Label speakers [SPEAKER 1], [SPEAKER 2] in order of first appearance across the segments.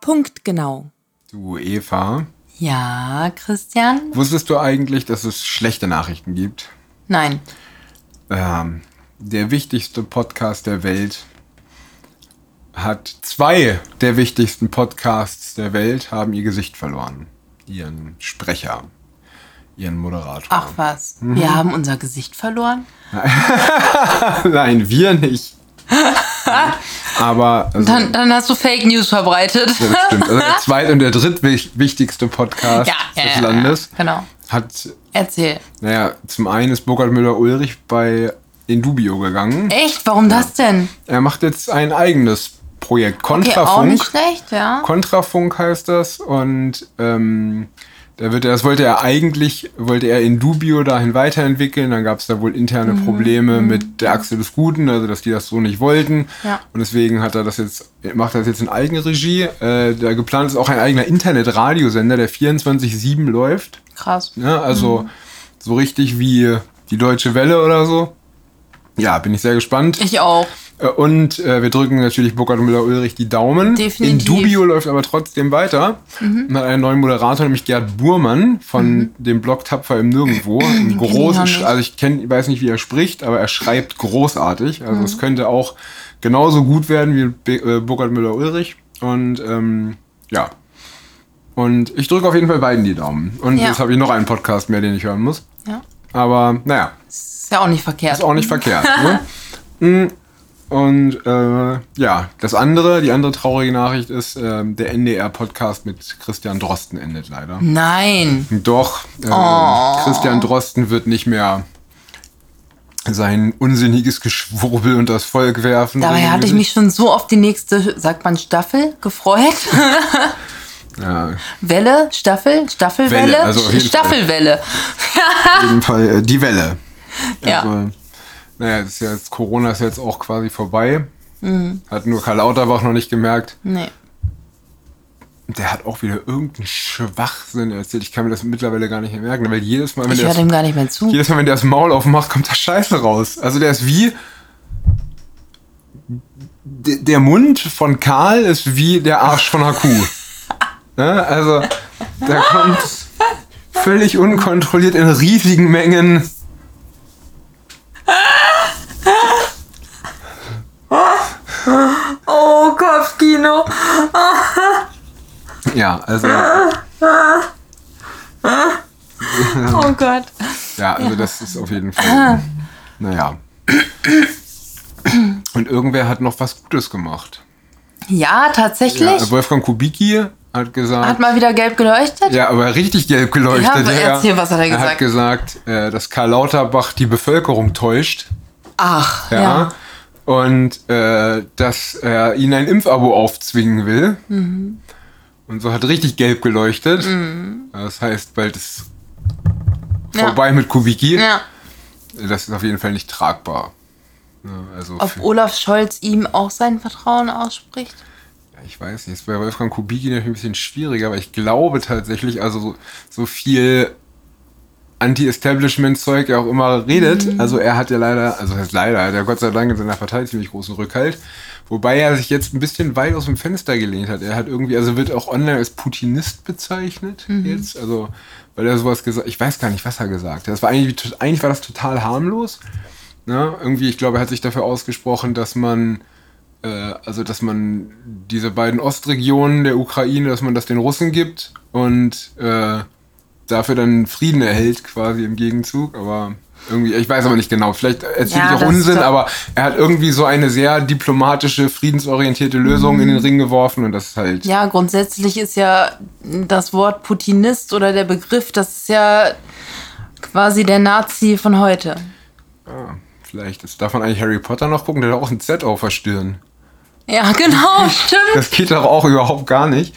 [SPEAKER 1] Punktgenau.
[SPEAKER 2] Du Eva,
[SPEAKER 1] Ja, Christian?
[SPEAKER 2] wusstest du eigentlich, dass es schlechte Nachrichten gibt?
[SPEAKER 1] Nein.
[SPEAKER 2] Ähm, der wichtigste Podcast der Welt hat zwei der wichtigsten Podcasts der Welt haben ihr Gesicht verloren. Ihren Sprecher, ihren Moderator.
[SPEAKER 1] Ach was.
[SPEAKER 2] Mhm.
[SPEAKER 1] Wir haben unser Gesicht verloren.
[SPEAKER 2] Nein, wir nicht. Aber also,
[SPEAKER 1] Dann, dann hast du Fake News verbreitet.
[SPEAKER 2] Ja, das stimmt. Also der zweit- und der drittwichtigste Podcast des Landes
[SPEAKER 1] Ja, genau.
[SPEAKER 2] hat,
[SPEAKER 1] Erzähl.
[SPEAKER 2] naja, zum einen ist Burkhard Müller-Ulrich bei Indubio gegangen.
[SPEAKER 1] Echt? Warum das denn?
[SPEAKER 2] Er macht jetzt ein eigenes Projekt,
[SPEAKER 1] Okay, auch
[SPEAKER 2] Kontrafunk.
[SPEAKER 1] nicht schlecht, ne? ja.
[SPEAKER 2] Kontrafunk heißt das und ähm, da wird er, das wollte er eigentlich, wollte er in Dubio dahin weiterentwickeln, dann gab es da wohl interne
[SPEAKER 1] Mhm,
[SPEAKER 2] Probleme mit der Achse des Guten, also dass die das so nicht wollten
[SPEAKER 1] Ja.
[SPEAKER 2] und deswegen hat er das jetzt, macht er das jetzt in Eigenregie, äh, da geplant ist auch ein eigener Internetradiosender, der 24-7 läuft,
[SPEAKER 1] Krass.
[SPEAKER 2] ne? also
[SPEAKER 1] Mhm.
[SPEAKER 2] so richtig wie die Deutsche Welle oder so. Ja, bin ich sehr gespannt.
[SPEAKER 1] Ich auch.
[SPEAKER 2] Äh, Und äh, wir drücken natürlich Burkhard Müller-Ulrich die Daumen.
[SPEAKER 1] Definitiv. Mhm.
[SPEAKER 2] In Dubio läuft aber trotzdem weiter. Und hat einen neuen Moderator, nämlich Gerd Burmann von dem Blog Tapfer im Nirgendwo. Ein
[SPEAKER 1] ich
[SPEAKER 2] großen,
[SPEAKER 1] noch
[SPEAKER 2] Sch-
[SPEAKER 1] nicht.
[SPEAKER 2] also ich kenn, weiß nicht, wie er spricht, aber er schreibt großartig. Also
[SPEAKER 1] Mhm.
[SPEAKER 2] es könnte auch genauso gut werden wie Be äh, Burkhard Müller-Ulrich. Und ähm, ja. Und ich drücke auf jeden Fall beiden die Daumen. Und
[SPEAKER 1] Ja.
[SPEAKER 2] jetzt habe ich noch einen Podcast mehr, den ich hören muss.
[SPEAKER 1] Ja.
[SPEAKER 2] Aber naja,
[SPEAKER 1] Ist ja auch nicht verkehrt.
[SPEAKER 2] ist auch nicht verkehrt. Ne? Mm. Und äh, ja, das andere, die andere traurige Nachricht ist, ähm, der NDR-Podcast mit Christian Drosten endet leider.
[SPEAKER 1] Nein.
[SPEAKER 2] Doch, äh,
[SPEAKER 1] Oh.
[SPEAKER 2] Christian Drosten wird nicht mehr sein unsinniges Geschwurbel und das Volk werfen.
[SPEAKER 1] Dabei hatte ich mich schon so auf die nächste, sagt man Staffel, gefreut.
[SPEAKER 2] Ja, auf
[SPEAKER 1] Welle, Staffel, Staffelwelle,
[SPEAKER 2] Welle, also auf jeden Fall.
[SPEAKER 1] Staffelwelle.
[SPEAKER 2] jeden Fall äh, die Welle.
[SPEAKER 1] Ah. Ja.
[SPEAKER 2] Also, naja, das ist ja jetzt, Corona ist jetzt auch quasi vorbei.
[SPEAKER 1] Mhm.
[SPEAKER 2] Hat nur Karl Lauterbach noch nicht gemerkt.
[SPEAKER 1] Nee.
[SPEAKER 2] Der hat auch wieder irgendeinen Schwachsinn erzählt. Ich kann mir das mittlerweile gar nicht mehr merken, weil jedes Mal, wenn
[SPEAKER 1] Ich
[SPEAKER 2] der
[SPEAKER 1] höre dem gar nicht mehr zu.
[SPEAKER 2] jedes Mal, wenn der das Maul aufmacht, kommt da Scheiße raus. Also der ist wie D der Mund von Karl ist wie der Arsch von Haku. ne? Also da kommt völlig unkontrolliert in riesigen Mengen.
[SPEAKER 1] Oh, Kopfkino.
[SPEAKER 2] Ja, also
[SPEAKER 1] Oh Gott.
[SPEAKER 2] ja, also das ist auf jeden Fall. Naja. Und irgendwer hat noch was Gutes gemacht.
[SPEAKER 1] Ja, tatsächlich.
[SPEAKER 2] Ja, Wolfgang Kubicki hat gesagt.
[SPEAKER 1] Hat mal wieder gelb geleuchtet?
[SPEAKER 2] ja, aber richtig gelb
[SPEAKER 1] Ja,
[SPEAKER 2] geleuchtet.
[SPEAKER 1] aber erzähl, was hat er
[SPEAKER 2] Er hat gesagt, äh, dass Karl Lauterbach die Bevölkerung täuscht.
[SPEAKER 1] Ach,
[SPEAKER 2] Ja.
[SPEAKER 1] ja.
[SPEAKER 2] Und äh, dass er ihnen ein Impfabo aufzwingen will.
[SPEAKER 1] Mhm.
[SPEAKER 2] Und so hat richtig gelb geleuchtet. Das heißt, bald ist
[SPEAKER 1] Ja.
[SPEAKER 2] vorbei mit Kubicki.
[SPEAKER 1] ja.
[SPEAKER 2] Das ist auf jeden Fall nicht tragbar. Ja, Also
[SPEAKER 1] Ob Olaf Scholz ihm auch sein Vertrauen ausspricht?
[SPEAKER 2] Ich weiß nicht, ist bei Wolfgang Kubicki natürlich ein bisschen schwieriger, aber ich glaube tatsächlich, also so, so viel Anti-Establishment-Zeug er auch immer redet, also er hat ja leider, also das heißt leider, er hat ja Gott sei Dank in seiner Partei ziemlich großen Rückhalt, wobei er sich jetzt ein bisschen weit aus dem Fenster gelehnt hat. Er hat irgendwie, also wird auch online als Putinist bezeichnet jetzt, also weil er sowas gesagt, ich weiß gar nicht, was er gesagt hat. Das war eigentlich, eigentlich war das total harmlos. Ne? Irgendwie, ich glaube, er hat sich dafür ausgesprochen, dass man äh, also dass man diese beiden Ostregionen der Ukraine, dass man das den Russen gibt und äh, dafür dann Frieden erhält quasi im Gegenzug, aber irgendwie, ich weiß aber nicht genau, vielleicht erzähle
[SPEAKER 1] Ja,
[SPEAKER 2] ich auch
[SPEAKER 1] das ist
[SPEAKER 2] Unsinn,
[SPEAKER 1] doch-
[SPEAKER 2] aber er hat irgendwie so eine sehr diplomatische, friedensorientierte Lösung in den Ring geworfen und das ist halt,
[SPEAKER 1] Mhm. Ja, grundsätzlich ist ja das Wort Putinist oder der Begriff, das ist ja quasi der Nazi von heute.
[SPEAKER 2] ah, vielleicht ist, darf man eigentlich Harry Potter noch gucken, der hat auch ein Z auf der Stirn.
[SPEAKER 1] Ja, genau, stimmt.
[SPEAKER 2] Das geht doch auch überhaupt gar nicht.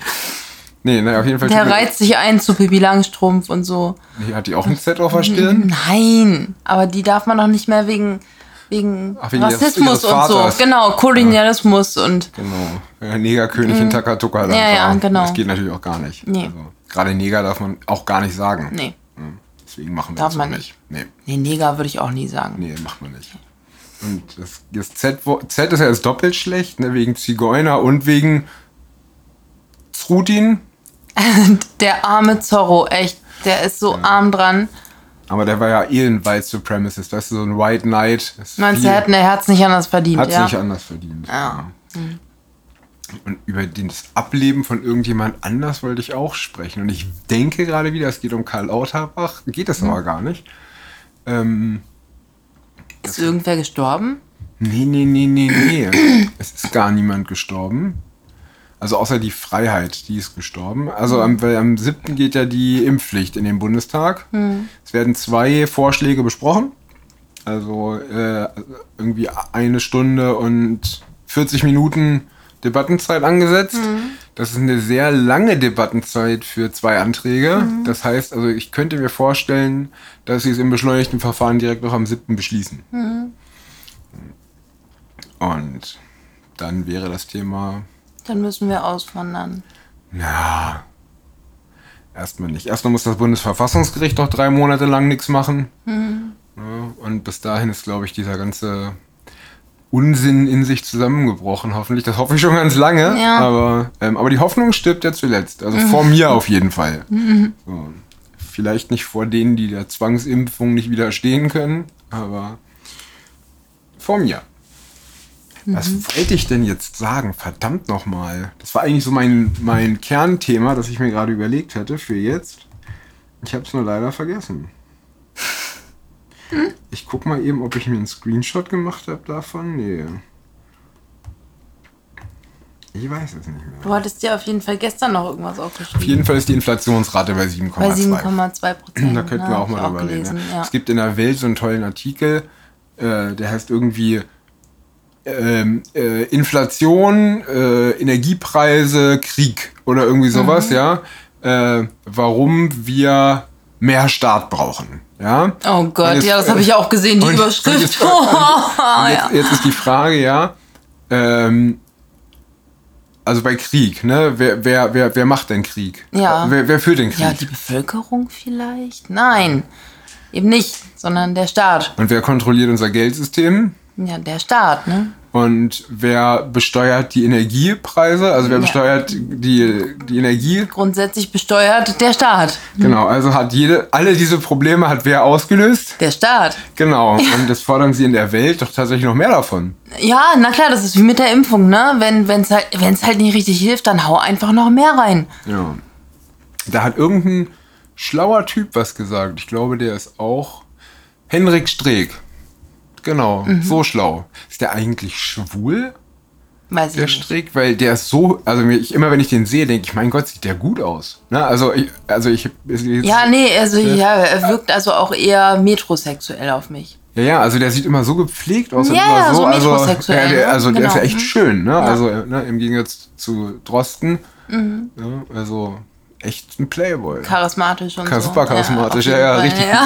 [SPEAKER 2] Nee, naja, auf jeden Fall
[SPEAKER 1] Der
[SPEAKER 2] tut mir-
[SPEAKER 1] reizt sich ein zu Pippi Langstrumpf und so.
[SPEAKER 2] Nee, hat die auch ein Z auf der Stirn?
[SPEAKER 1] Nein, aber die darf man doch nicht mehr wegen, wegen
[SPEAKER 2] Ach, wegen ihres-
[SPEAKER 1] Rassismus
[SPEAKER 2] ihres
[SPEAKER 1] und so.
[SPEAKER 2] Vaters.
[SPEAKER 1] Genau, Kolonialismus und
[SPEAKER 2] Genau. Ja, Negerkönig in Takatuka. dann
[SPEAKER 1] Mm. Ja, ja,
[SPEAKER 2] war.
[SPEAKER 1] genau.
[SPEAKER 2] Das geht natürlich auch gar nicht.
[SPEAKER 1] Nee.
[SPEAKER 2] Also, gerade Neger darf man auch gar nicht sagen. Hm.
[SPEAKER 1] nee.
[SPEAKER 2] Deswegen machen wir
[SPEAKER 1] Darf
[SPEAKER 2] das
[SPEAKER 1] man
[SPEAKER 2] auch nicht. Nee,
[SPEAKER 1] Nee, Neger würde ich auch nie sagen.
[SPEAKER 2] nee, macht man nicht. Und das, das Z, Z ist ja jetzt doppelt schlecht, ne? wegen Zigeuner und wegen Rasputin,
[SPEAKER 1] Der arme Zorro, echt. Der ist so arm dran.
[SPEAKER 2] aber der war ja eh ein White Supremacist. Das ist so ein White Knight. Das ist
[SPEAKER 1] Meinst du,
[SPEAKER 2] viel-
[SPEAKER 1] er hat er hat's nicht anders verdient,
[SPEAKER 2] Hat
[SPEAKER 1] ja?
[SPEAKER 2] sich anders verdient. genau.
[SPEAKER 1] Ja.
[SPEAKER 2] Und über das Ableben von irgendjemand anders wollte ich auch sprechen. Und ich denke gerade wieder, es geht um Karl Lauterbach. Geht
[SPEAKER 1] Mhm.
[SPEAKER 2] es aber gar nicht. Ähm,
[SPEAKER 1] ist irgendwer gestorben?
[SPEAKER 2] nee, nee, nee, nee, nee. es ist gar niemand gestorben. Also außer die Freiheit, die ist gestorben. Also am, weil am 7. geht ja die Impfpflicht in den Bundestag. Es werden zwei Vorschläge besprochen. Also äh, irgendwie eine Stunde und 40 Minuten Debattenzeit angesetzt. Das ist eine sehr lange Debattenzeit für zwei Anträge. Das heißt, also ich könnte mir vorstellen, dass sie es im beschleunigten Verfahren direkt noch am 7. beschließen. Und dann wäre das Thema
[SPEAKER 1] Dann müssen wir auswandern.
[SPEAKER 2] na, erstmal nicht. Erstmal muss das Bundesverfassungsgericht noch drei Monate lang nichts machen. Ja, und bis dahin ist, glaube ich, dieser ganze Unsinn in sich zusammengebrochen, hoffentlich. Das hoffe ich schon ganz lange.
[SPEAKER 1] Ja.
[SPEAKER 2] Aber, ähm, aber die Hoffnung stirbt ja zuletzt. Also vor mir auf jeden Fall. So. Vielleicht nicht vor denen, die der Zwangsimpfung nicht widerstehen können, aber vor mir. Was wollte ich denn jetzt sagen? Verdammt nochmal. Das war eigentlich so mein, mein Kernthema, das ich mir gerade überlegt hätte für jetzt. Ich habe es nur leider vergessen. Ich guck mal eben, ob ich mir einen Screenshot gemacht habe davon. Nee. Ich weiß es nicht mehr.
[SPEAKER 1] Du hattest dir auf jeden Fall gestern noch irgendwas
[SPEAKER 2] Auf
[SPEAKER 1] aufgeschrieben.
[SPEAKER 2] jeden Fall ist die Inflationsrate bei 7,2.
[SPEAKER 1] Bei 7,2 Prozent.
[SPEAKER 2] Da könnten
[SPEAKER 1] ne?
[SPEAKER 2] wir
[SPEAKER 1] Hab
[SPEAKER 2] auch mal
[SPEAKER 1] ich
[SPEAKER 2] drüber
[SPEAKER 1] gelesen,
[SPEAKER 2] reden. ne?
[SPEAKER 1] Ja.
[SPEAKER 2] Es gibt in der Welt so einen tollen Artikel, äh, der heißt irgendwie ähm, äh, Inflation, äh, Energiepreise, Krieg oder
[SPEAKER 1] Mhm.
[SPEAKER 2] irgendwie sowas, ja. Äh, warum wir mehr Staat brauchen, ja.
[SPEAKER 1] Oh Gott,
[SPEAKER 2] Und jetzt-
[SPEAKER 1] ja, das habe ich auch gesehen, die
[SPEAKER 2] und- und
[SPEAKER 1] Überschrift.
[SPEAKER 2] jetzt-
[SPEAKER 1] Ah,
[SPEAKER 2] Und jetzt, jetzt ist die Frage, ja, ähm, also bei Krieg, ne? Wer, wer, wer, wer macht denn Krieg?
[SPEAKER 1] Ja.
[SPEAKER 2] Wer, wer führt den Krieg?
[SPEAKER 1] ja, die Bevölkerung vielleicht? Nein, eben nicht, sondern der Staat.
[SPEAKER 2] Und wer kontrolliert unser Geldsystem?
[SPEAKER 1] Ja, der Staat, ne?
[SPEAKER 2] Und wer besteuert die Energiepreise? Also wer
[SPEAKER 1] Ja.
[SPEAKER 2] besteuert die, die Energie?
[SPEAKER 1] Grundsätzlich besteuert der Staat.
[SPEAKER 2] Genau, also hat jede, alle diese Probleme hat wer ausgelöst?
[SPEAKER 1] Der Staat.
[SPEAKER 2] Genau, und das fordern sie in der Welt doch tatsächlich noch mehr davon.
[SPEAKER 1] Ja, na klar, das ist wie mit der Impfung, ne? Wenn es halt, wenn's halt nicht richtig hilft, dann hau einfach noch mehr rein.
[SPEAKER 2] Ja. Da hat irgendein schlauer Typ was gesagt. Ich glaube, der ist auch Henrik Streeck. Genau,
[SPEAKER 1] Mhm.
[SPEAKER 2] so schlau. Ist der eigentlich schwul?
[SPEAKER 1] Weiß ich
[SPEAKER 2] Der
[SPEAKER 1] nicht.
[SPEAKER 2] Strick, weil der ist so, also mir, ich, immer wenn ich den sehe, denke ich, mein Gott, sieht der gut aus. Ne? Also ich, also ich, ist jetzt,
[SPEAKER 1] Ja, nee, also ja, er wirkt also auch eher metrosexuell auf mich.
[SPEAKER 2] ja, ja, also der sieht immer so gepflegt aus. und
[SPEAKER 1] Ja,
[SPEAKER 2] immer
[SPEAKER 1] ja, so
[SPEAKER 2] also,
[SPEAKER 1] metrosexuell,
[SPEAKER 2] ja, der,
[SPEAKER 1] ne?
[SPEAKER 2] also der ist ja
[SPEAKER 1] Genau,
[SPEAKER 2] echt
[SPEAKER 1] mhm.
[SPEAKER 2] schön, ne? Also ne, im Gegensatz zu Drosten,
[SPEAKER 1] Mhm.
[SPEAKER 2] ne? also echt ein Playboy.
[SPEAKER 1] Charismatisch und
[SPEAKER 2] Ka-
[SPEAKER 1] so.
[SPEAKER 2] super charismatisch,
[SPEAKER 1] auf
[SPEAKER 2] ja,
[SPEAKER 1] jeden
[SPEAKER 2] ja,
[SPEAKER 1] Fall,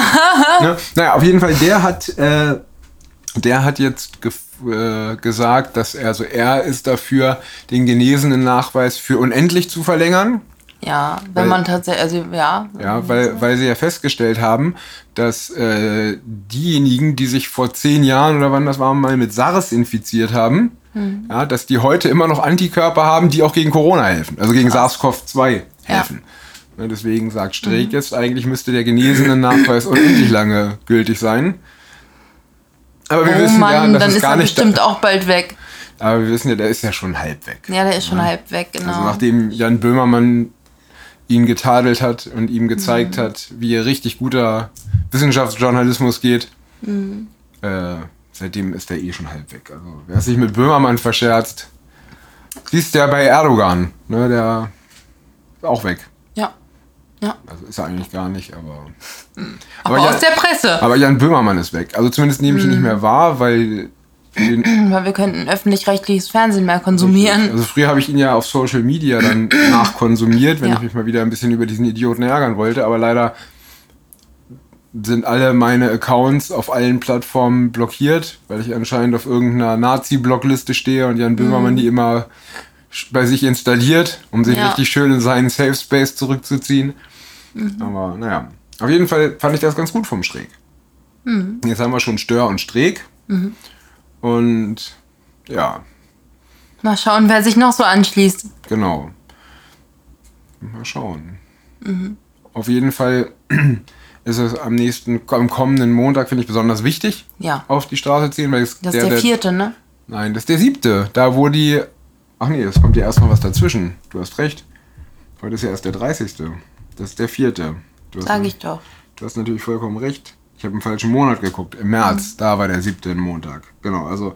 [SPEAKER 1] Ja.
[SPEAKER 2] richtig. ne? Naja, auf jeden Fall, der hat, äh, der hat jetzt gef- äh, gesagt, dass er, also er ist dafür, den genesenen Nachweis für unendlich zu verlängern.
[SPEAKER 1] ja, wenn
[SPEAKER 2] Weil-
[SPEAKER 1] man tatsächlich, also ja,
[SPEAKER 2] Ja, weil, weil sie ja festgestellt haben, dass äh, diejenigen, die sich vor zehn Jahren oder wann das war, mal mit SARS infiziert haben,
[SPEAKER 1] Hm.
[SPEAKER 2] ja, dass die heute immer noch Antikörper haben, die auch gegen Corona helfen, also gegen SARS-CoV-2 helfen. Ne, deswegen sagt Streeck
[SPEAKER 1] Mhm.
[SPEAKER 2] jetzt, eigentlich müsste der genesene Nachweis unendlich lange gültig sein. Aber wir
[SPEAKER 1] oh
[SPEAKER 2] wissen ja,
[SPEAKER 1] Mann,
[SPEAKER 2] das
[SPEAKER 1] dann
[SPEAKER 2] ist
[SPEAKER 1] ist
[SPEAKER 2] gar
[SPEAKER 1] er
[SPEAKER 2] nicht.
[SPEAKER 1] bestimmt auch bald weg.
[SPEAKER 2] Aber wir wissen ja, der ist ja schon halb weg.
[SPEAKER 1] Ja, der ist schon halb weg, genau.
[SPEAKER 2] Also nachdem Jan Böhmermann ihn getadelt hat und ihm
[SPEAKER 1] Mhm.
[SPEAKER 2] gezeigt hat, wie richtig guter Wissenschaftsjournalismus geht,
[SPEAKER 1] Mhm.
[SPEAKER 2] äh, seitdem ist er eh schon halb weg. Also wer sich mit Böhmermann verscherzt, siehst du ja bei Erdogan, ne, der ist auch weg.
[SPEAKER 1] ja. Ja.
[SPEAKER 2] Also ist er eigentlich gar nicht, aber.
[SPEAKER 1] Mhm. Aber,
[SPEAKER 2] Jan,
[SPEAKER 1] aus der Mhm. Presse.
[SPEAKER 2] aber Jan Böhmermann ist weg. Also zumindest nehme ich ihn nicht mehr wahr, weil. Den,
[SPEAKER 1] weil wir könnten öffentlich-rechtliches Fernsehen mehr konsumieren.
[SPEAKER 2] Also früher habe ich ihn ja auf Social Media dann nachkonsumiert, wenn
[SPEAKER 1] Ja.
[SPEAKER 2] ich mich mal wieder ein bisschen über diesen Idioten ärgern wollte, aber leider sind alle meine Accounts auf allen Plattformen blockiert, weil ich anscheinend auf irgendeiner Nazi-Blockliste stehe und Jan Böhmermann die immer sch- bei sich installiert, um sich
[SPEAKER 1] Mhm. Ja.
[SPEAKER 2] richtig schön in seinen Safe Space zurückzuziehen.
[SPEAKER 1] Mhm.
[SPEAKER 2] Aber naja, auf jeden Fall fand ich das ganz gut vom Streeck.
[SPEAKER 1] Mhm.
[SPEAKER 2] Jetzt haben wir schon Stör und Streeck. Und ja, also-
[SPEAKER 1] Mal schauen, wer sich noch so anschließt.
[SPEAKER 2] Genau. Mal schauen. Auf jeden Fall ist es am nächsten, am kommenden Montag, finde ich besonders wichtig,
[SPEAKER 1] Ja.
[SPEAKER 2] auf die Straße ziehen, weil es
[SPEAKER 1] Das ist der, vierte, ne?
[SPEAKER 2] Nein, das ist der siebte. Da, wo die. Ach nee, es kommt ja erst noch was dazwischen. Du hast recht. Heute ist ja erst der 30. Das ist der vierte. Du hast,
[SPEAKER 1] Sag ich doch.
[SPEAKER 2] du hast natürlich vollkommen recht. Ich habe im falschen Monat geguckt. Im März, da war der siebte Montag. Genau, also.
[SPEAKER 1] Mhm.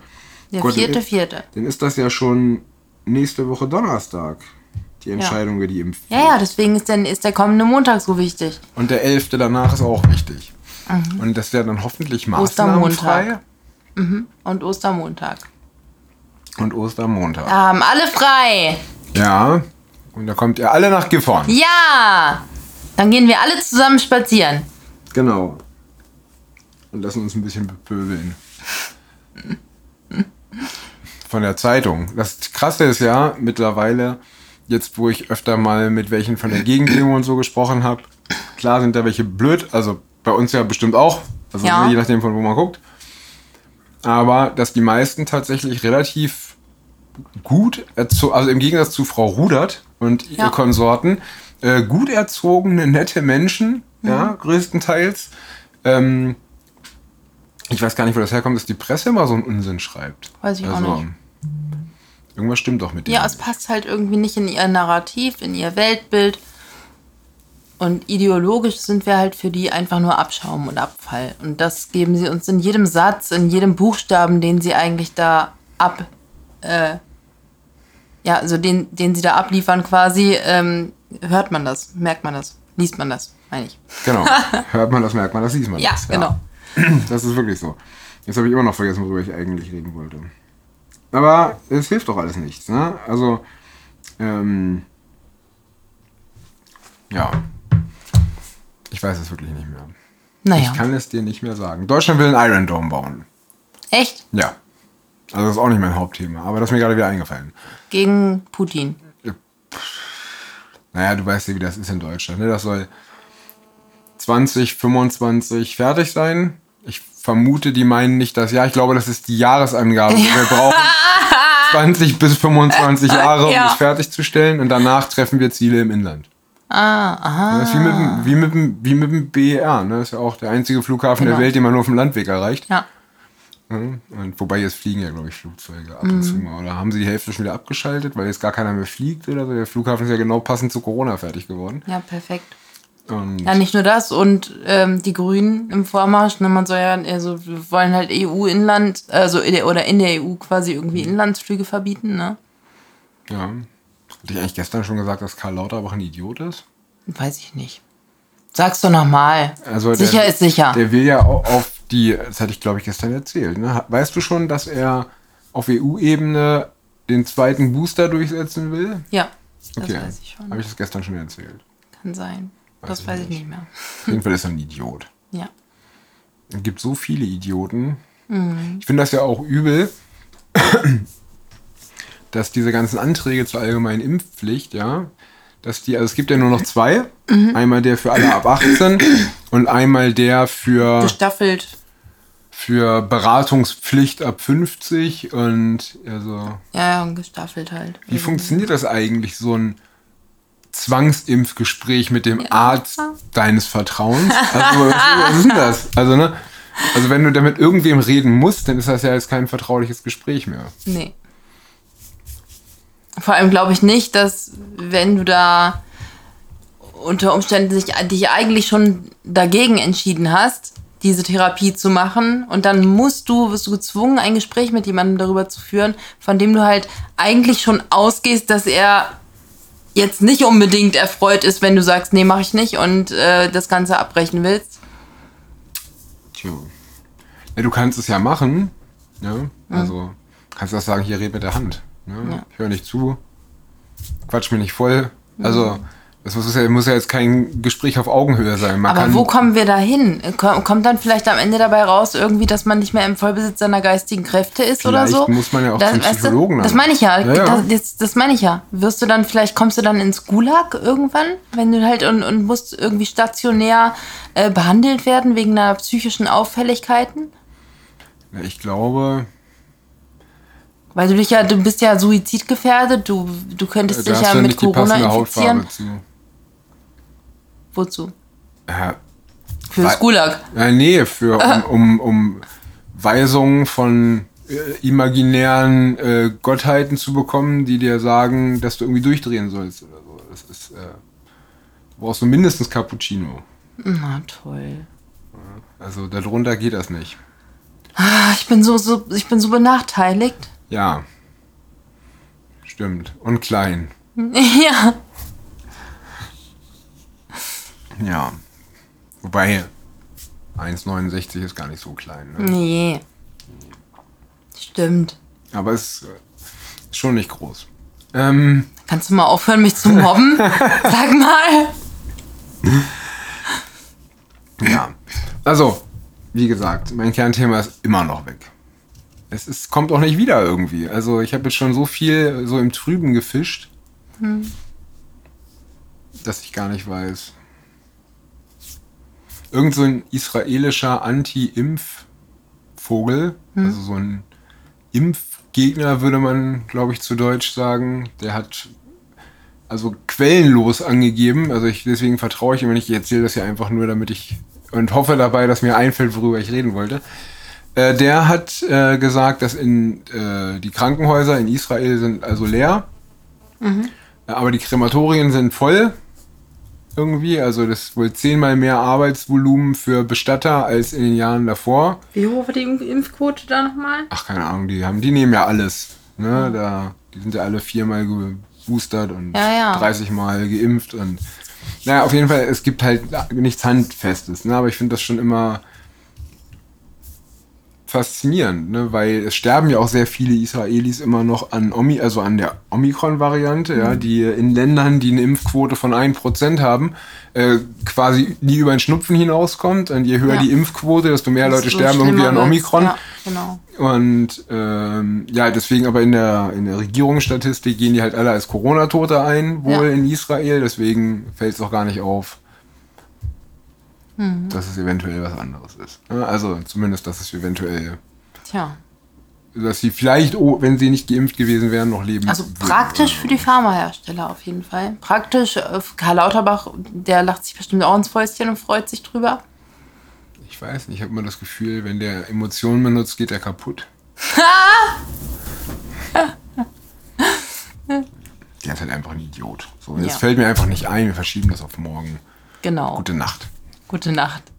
[SPEAKER 1] Der
[SPEAKER 2] Gott,
[SPEAKER 1] vierte,
[SPEAKER 2] dann-
[SPEAKER 1] vierte.
[SPEAKER 2] Dann ist das ja schon nächste Woche Donnerstag. Die Entscheidung über die Impfung.
[SPEAKER 1] Ja, ja, deswegen ist, denn, ist der kommende Montag so wichtig.
[SPEAKER 2] Und der 11. danach ist auch wichtig. Und das wäre dann hoffentlich maßnahmenfrei.
[SPEAKER 1] Mhm. Ostermontag. Und Ostermontag.
[SPEAKER 2] Und Ostermontag.
[SPEAKER 1] Da haben alle frei.
[SPEAKER 2] Ja. Und da kommt ihr alle nach Gifhorn.
[SPEAKER 1] Ja! Dann gehen wir alle zusammen spazieren.
[SPEAKER 2] Genau. Und lassen uns ein bisschen bepöbeln. Von der Zeitung. Das Krasse ist ja mittlerweile, jetzt wo ich öfter mal mit welchen von der Gegendemo und so gesprochen habe, klar sind da welche blöd, also bei uns ja bestimmt auch, also
[SPEAKER 1] Ja.
[SPEAKER 2] je nachdem von wo man guckt, aber dass die meisten tatsächlich relativ gut, erzo- also im Gegensatz zu Frau Rudert und
[SPEAKER 1] Ja.
[SPEAKER 2] ihr Konsorten, äh, gut erzogene, nette Menschen, ja,
[SPEAKER 1] Mhm.
[SPEAKER 2] größtenteils. Ähm, ich weiß gar nicht, wo das herkommt, dass die Presse immer so einen Unsinn schreibt. Also,
[SPEAKER 1] Weiß ich auch nicht.
[SPEAKER 2] Irgendwas stimmt doch mit denen.
[SPEAKER 1] Ja, es passt halt irgendwie nicht in ihr Narrativ, in ihr Weltbild. Und ideologisch sind wir halt für die einfach nur Abschaum und Abfall. Und das geben sie uns in jedem Satz, in jedem Buchstaben, den sie eigentlich da ab. Äh, ja, also den, den sie da abliefern quasi, ähm, hört man das, merkt man das, liest man das, meine ich.
[SPEAKER 2] Genau. Hört man das, merkt man das, sieht man
[SPEAKER 1] Ja,
[SPEAKER 2] das.
[SPEAKER 1] genau.
[SPEAKER 2] Das ist wirklich so. Jetzt habe ich immer noch vergessen, worüber ich eigentlich reden wollte. Aber es hilft doch alles nichts, ne? Also, ähm, ja. Ich weiß es wirklich nicht mehr.
[SPEAKER 1] Naja.
[SPEAKER 2] Ich kann es dir nicht mehr sagen. Deutschland will einen Iron Dome bauen.
[SPEAKER 1] Echt?
[SPEAKER 2] Ja. Also das ist auch nicht mein Hauptthema, aber das ist mir gerade wieder eingefallen.
[SPEAKER 1] Gegen Putin.
[SPEAKER 2] Naja, du weißt ja, wie das ist in Deutschland. Ne? Das soll 2025 fertig sein. Ich vermute, die meinen nicht das Jahr. Ich glaube, das ist die Jahresangabe. Wir brauchen 20 bis 25 Jahre, um
[SPEAKER 1] Ja.
[SPEAKER 2] es fertigzustellen. Und danach treffen wir Ziele im Inland.
[SPEAKER 1] Ah, aha.
[SPEAKER 2] Das ist wie mit, dem- wie, mit, dem- wie mit dem BER. Ne? Das ist ja auch der einzige Flughafen
[SPEAKER 1] Genau.
[SPEAKER 2] der Welt, den man nur auf dem Landweg erreicht.
[SPEAKER 1] Ja.
[SPEAKER 2] Ne? Und wobei jetzt fliegen ja, glaube ich, Flugzeuge ab
[SPEAKER 1] Mhm.
[SPEAKER 2] und zu mal. Oder haben sie die Hälfte schon wieder abgeschaltet, weil jetzt gar keiner mehr fliegt oder so. Der Flughafen ist ja genau passend zu Corona fertig geworden.
[SPEAKER 1] Ja, perfekt.
[SPEAKER 2] Und
[SPEAKER 1] Ja, nicht nur das und ähm, die Grünen im Vormarsch. Ne, man soll ja, also wir wollen halt EU-Inland, also in der, oder in der EU quasi irgendwie
[SPEAKER 2] Mhm.
[SPEAKER 1] Inlandsflüge verbieten, ne?
[SPEAKER 2] ja. Hatte ich eigentlich gestern schon gesagt, dass Karl Lauterbach ein Idiot ist?
[SPEAKER 1] Weiß ich nicht. Sag's doch nochmal.
[SPEAKER 2] Also der-
[SPEAKER 1] sicher ist sicher.
[SPEAKER 2] Der will ja au- auf die, das hatte ich glaube ich gestern erzählt, ne? weißt du schon, dass er auf EU-Ebene den zweiten Booster durchsetzen will?
[SPEAKER 1] ja, das weiß ich schon.
[SPEAKER 2] Habe ich das gestern schon erzählt?
[SPEAKER 1] Kann sein.
[SPEAKER 2] ich
[SPEAKER 1] das weiß ich
[SPEAKER 2] nicht.
[SPEAKER 1] nicht mehr.
[SPEAKER 2] Auf jeden Fall ist er ein Idiot.
[SPEAKER 1] Ja.
[SPEAKER 2] Es gibt so viele Idioten. Ich finde das ja auch übel, dass diese ganzen Anträge zur allgemeinen Impfpflicht, ja, dass die, also es gibt ja nur noch zwei. Einmal der für alle ab 18 und einmal der für,
[SPEAKER 1] Gestaffelt.
[SPEAKER 2] für Beratungspflicht ab 50 und also.
[SPEAKER 1] Ja, ja, gestaffelt halt.
[SPEAKER 2] Wie funktioniert das eigentlich, so ein Zwangsimpfgespräch mit dem Arzt deines Vertrauens? Also, was, was ist denn das? Also, ne? Also, wenn du damit irgendwem reden musst, dann ist das ja jetzt kein vertrauliches Gespräch mehr.
[SPEAKER 1] Nee. Vor allem glaube ich nicht, dass wenn du da unter Umständen sich, dich eigentlich schon dagegen entschieden hast, diese Therapie zu machen und dann musst du, wirst du gezwungen, ein Gespräch mit jemandem darüber zu führen, von dem du halt eigentlich schon ausgehst, dass er jetzt nicht unbedingt erfreut ist, wenn du sagst, nee, mache ich nicht und äh, das Ganze abbrechen willst.
[SPEAKER 2] Tja. Ja, du kannst es ja machen. Ne? Also, kannst das sagen, hier red mit der Hand. Ne?
[SPEAKER 1] Mhm. Ja.
[SPEAKER 2] Ich höre nicht zu. Quatsch mir nicht voll.
[SPEAKER 1] Mhm.
[SPEAKER 2] Also, das muss ja, muss ja jetzt kein Gespräch auf Augenhöhe sein. Man
[SPEAKER 1] Aber
[SPEAKER 2] kann,
[SPEAKER 1] wo kommen wir da hin? Ko- Kommt dann vielleicht am Ende dabei raus, irgendwie, dass man nicht mehr im Vollbesitz seiner geistigen Kräfte ist oder
[SPEAKER 2] Vielleicht
[SPEAKER 1] so?
[SPEAKER 2] muss man ja auch zum
[SPEAKER 1] weißt du,
[SPEAKER 2] Psychologen dann.
[SPEAKER 1] Das meine ich ja.
[SPEAKER 2] Ja, ja.
[SPEAKER 1] Das, das, das meine ich ja. Wirst du dann vielleicht, kommst du dann ins Gulag irgendwann, wenn du halt und, und musst irgendwie stationär äh, behandelt werden wegen einer psychischen Auffälligkeiten?
[SPEAKER 2] Ja, ich glaube,
[SPEAKER 1] Weil du dich ja, du bist ja suizidgefährdet, du, du könntest
[SPEAKER 2] Äh, da
[SPEAKER 1] dich
[SPEAKER 2] hast
[SPEAKER 1] ja
[SPEAKER 2] du
[SPEAKER 1] mit
[SPEAKER 2] nicht die
[SPEAKER 1] Corona
[SPEAKER 2] passende
[SPEAKER 1] infizieren.
[SPEAKER 2] Hautfarbe zu.
[SPEAKER 1] Wozu?
[SPEAKER 2] Ja,
[SPEAKER 1] Fürs
[SPEAKER 2] Wei-
[SPEAKER 1] Gulag.
[SPEAKER 2] Äh, nee, für um, um, um Weisungen von äh, imaginären äh, Gottheiten zu bekommen, die dir sagen, dass du irgendwie durchdrehen sollst oder so. Das ist, äh, du brauchst du mindestens Cappuccino.
[SPEAKER 1] Na toll.
[SPEAKER 2] Also darunter geht das nicht.
[SPEAKER 1] Ah, Ich bin so, so, ich bin so benachteiligt.
[SPEAKER 2] Ja. Stimmt. Und klein.
[SPEAKER 1] ja.
[SPEAKER 2] Ja. Wobei 1,69 ist gar nicht so klein.
[SPEAKER 1] Hm.
[SPEAKER 2] Ne?
[SPEAKER 1] Nee. Stimmt.
[SPEAKER 2] Aber es ist äh, schon nicht groß. Ähm,
[SPEAKER 1] Kannst du mal aufhören, mich zu mobben? Sag mal.
[SPEAKER 2] Ja. Also, wie gesagt, mein Kernthema ist immer noch weg. Es ist, kommt auch nicht wieder irgendwie. Also, ich habe jetzt schon so viel so im Trüben gefischt, dass ich gar nicht weiß. Irgend so ein israelischer Anti-Impf-Vogel, also so ein Impfgegner würde man, glaube ich, zu Deutsch sagen, der hat also quellenlos angegeben. Also ich, deswegen vertraue ich immer nicht. Ich erzähle das ja einfach nur, damit ich und hoffe dabei, dass mir einfällt, worüber ich reden wollte. Äh, der hat äh, gesagt, dass in äh, die Krankenhäuser in Israel sind also leer, Äh, aber die Krematorien sind voll irgendwie. Also das ist wohl zehnmal mehr Arbeitsvolumen für Bestatter als in den Jahren davor.
[SPEAKER 1] Wie hoch war die Impfquote da nochmal?
[SPEAKER 2] Ach, keine Ahnung, die haben, die nehmen ja alles. Ne? Da, die sind ja alle viermal geboostert und
[SPEAKER 1] Ja, ja.
[SPEAKER 2] 30 Mal geimpft und naja, auf jeden Fall, es gibt halt nichts Handfestes, ne? Aber ich finde das schon immer faszinierend, ne? Weil es sterben ja auch sehr viele Israelis immer noch an Omi, also an der Omikron-Variante, ja,
[SPEAKER 1] Mhm.
[SPEAKER 2] die in Ländern, die eine Impfquote von 1% haben, äh, quasi nie über den Schnupfen hinauskommt. Und je höher
[SPEAKER 1] Ja.
[SPEAKER 2] die Impfquote, desto mehr Leute sterben irgendwie an Omikron.
[SPEAKER 1] Ja, genau.
[SPEAKER 2] Und ähm, ja, deswegen aber in der, in der Regierungsstatistik gehen die halt alle als Corona-Tote ein, wohl
[SPEAKER 1] Ja.
[SPEAKER 2] in Israel. Deswegen fällt es auch gar nicht auf,
[SPEAKER 1] Hm.
[SPEAKER 2] dass es eventuell was anderes ist. Ja, Also zumindest, dass es eventuell,
[SPEAKER 1] Tja.
[SPEAKER 2] dass sie vielleicht, oh, wenn sie nicht geimpft gewesen wären, noch leben.
[SPEAKER 1] Also
[SPEAKER 2] würden.
[SPEAKER 1] praktisch für die Pharmahersteller auf jeden Fall. Praktisch, äh, Karl Lauterbach, der lacht sich bestimmt auch ins Fäustchen und freut sich drüber.
[SPEAKER 2] Ich weiß nicht, ich habe immer das Gefühl, wenn der Emotionen benutzt, geht er kaputt. der ist halt einfach ein Idiot. So, jetzt
[SPEAKER 1] Ja.
[SPEAKER 2] fällt mir einfach nicht ein, wir verschieben das auf morgen.
[SPEAKER 1] Genau.
[SPEAKER 2] Gute Nacht.
[SPEAKER 1] Gute Nacht.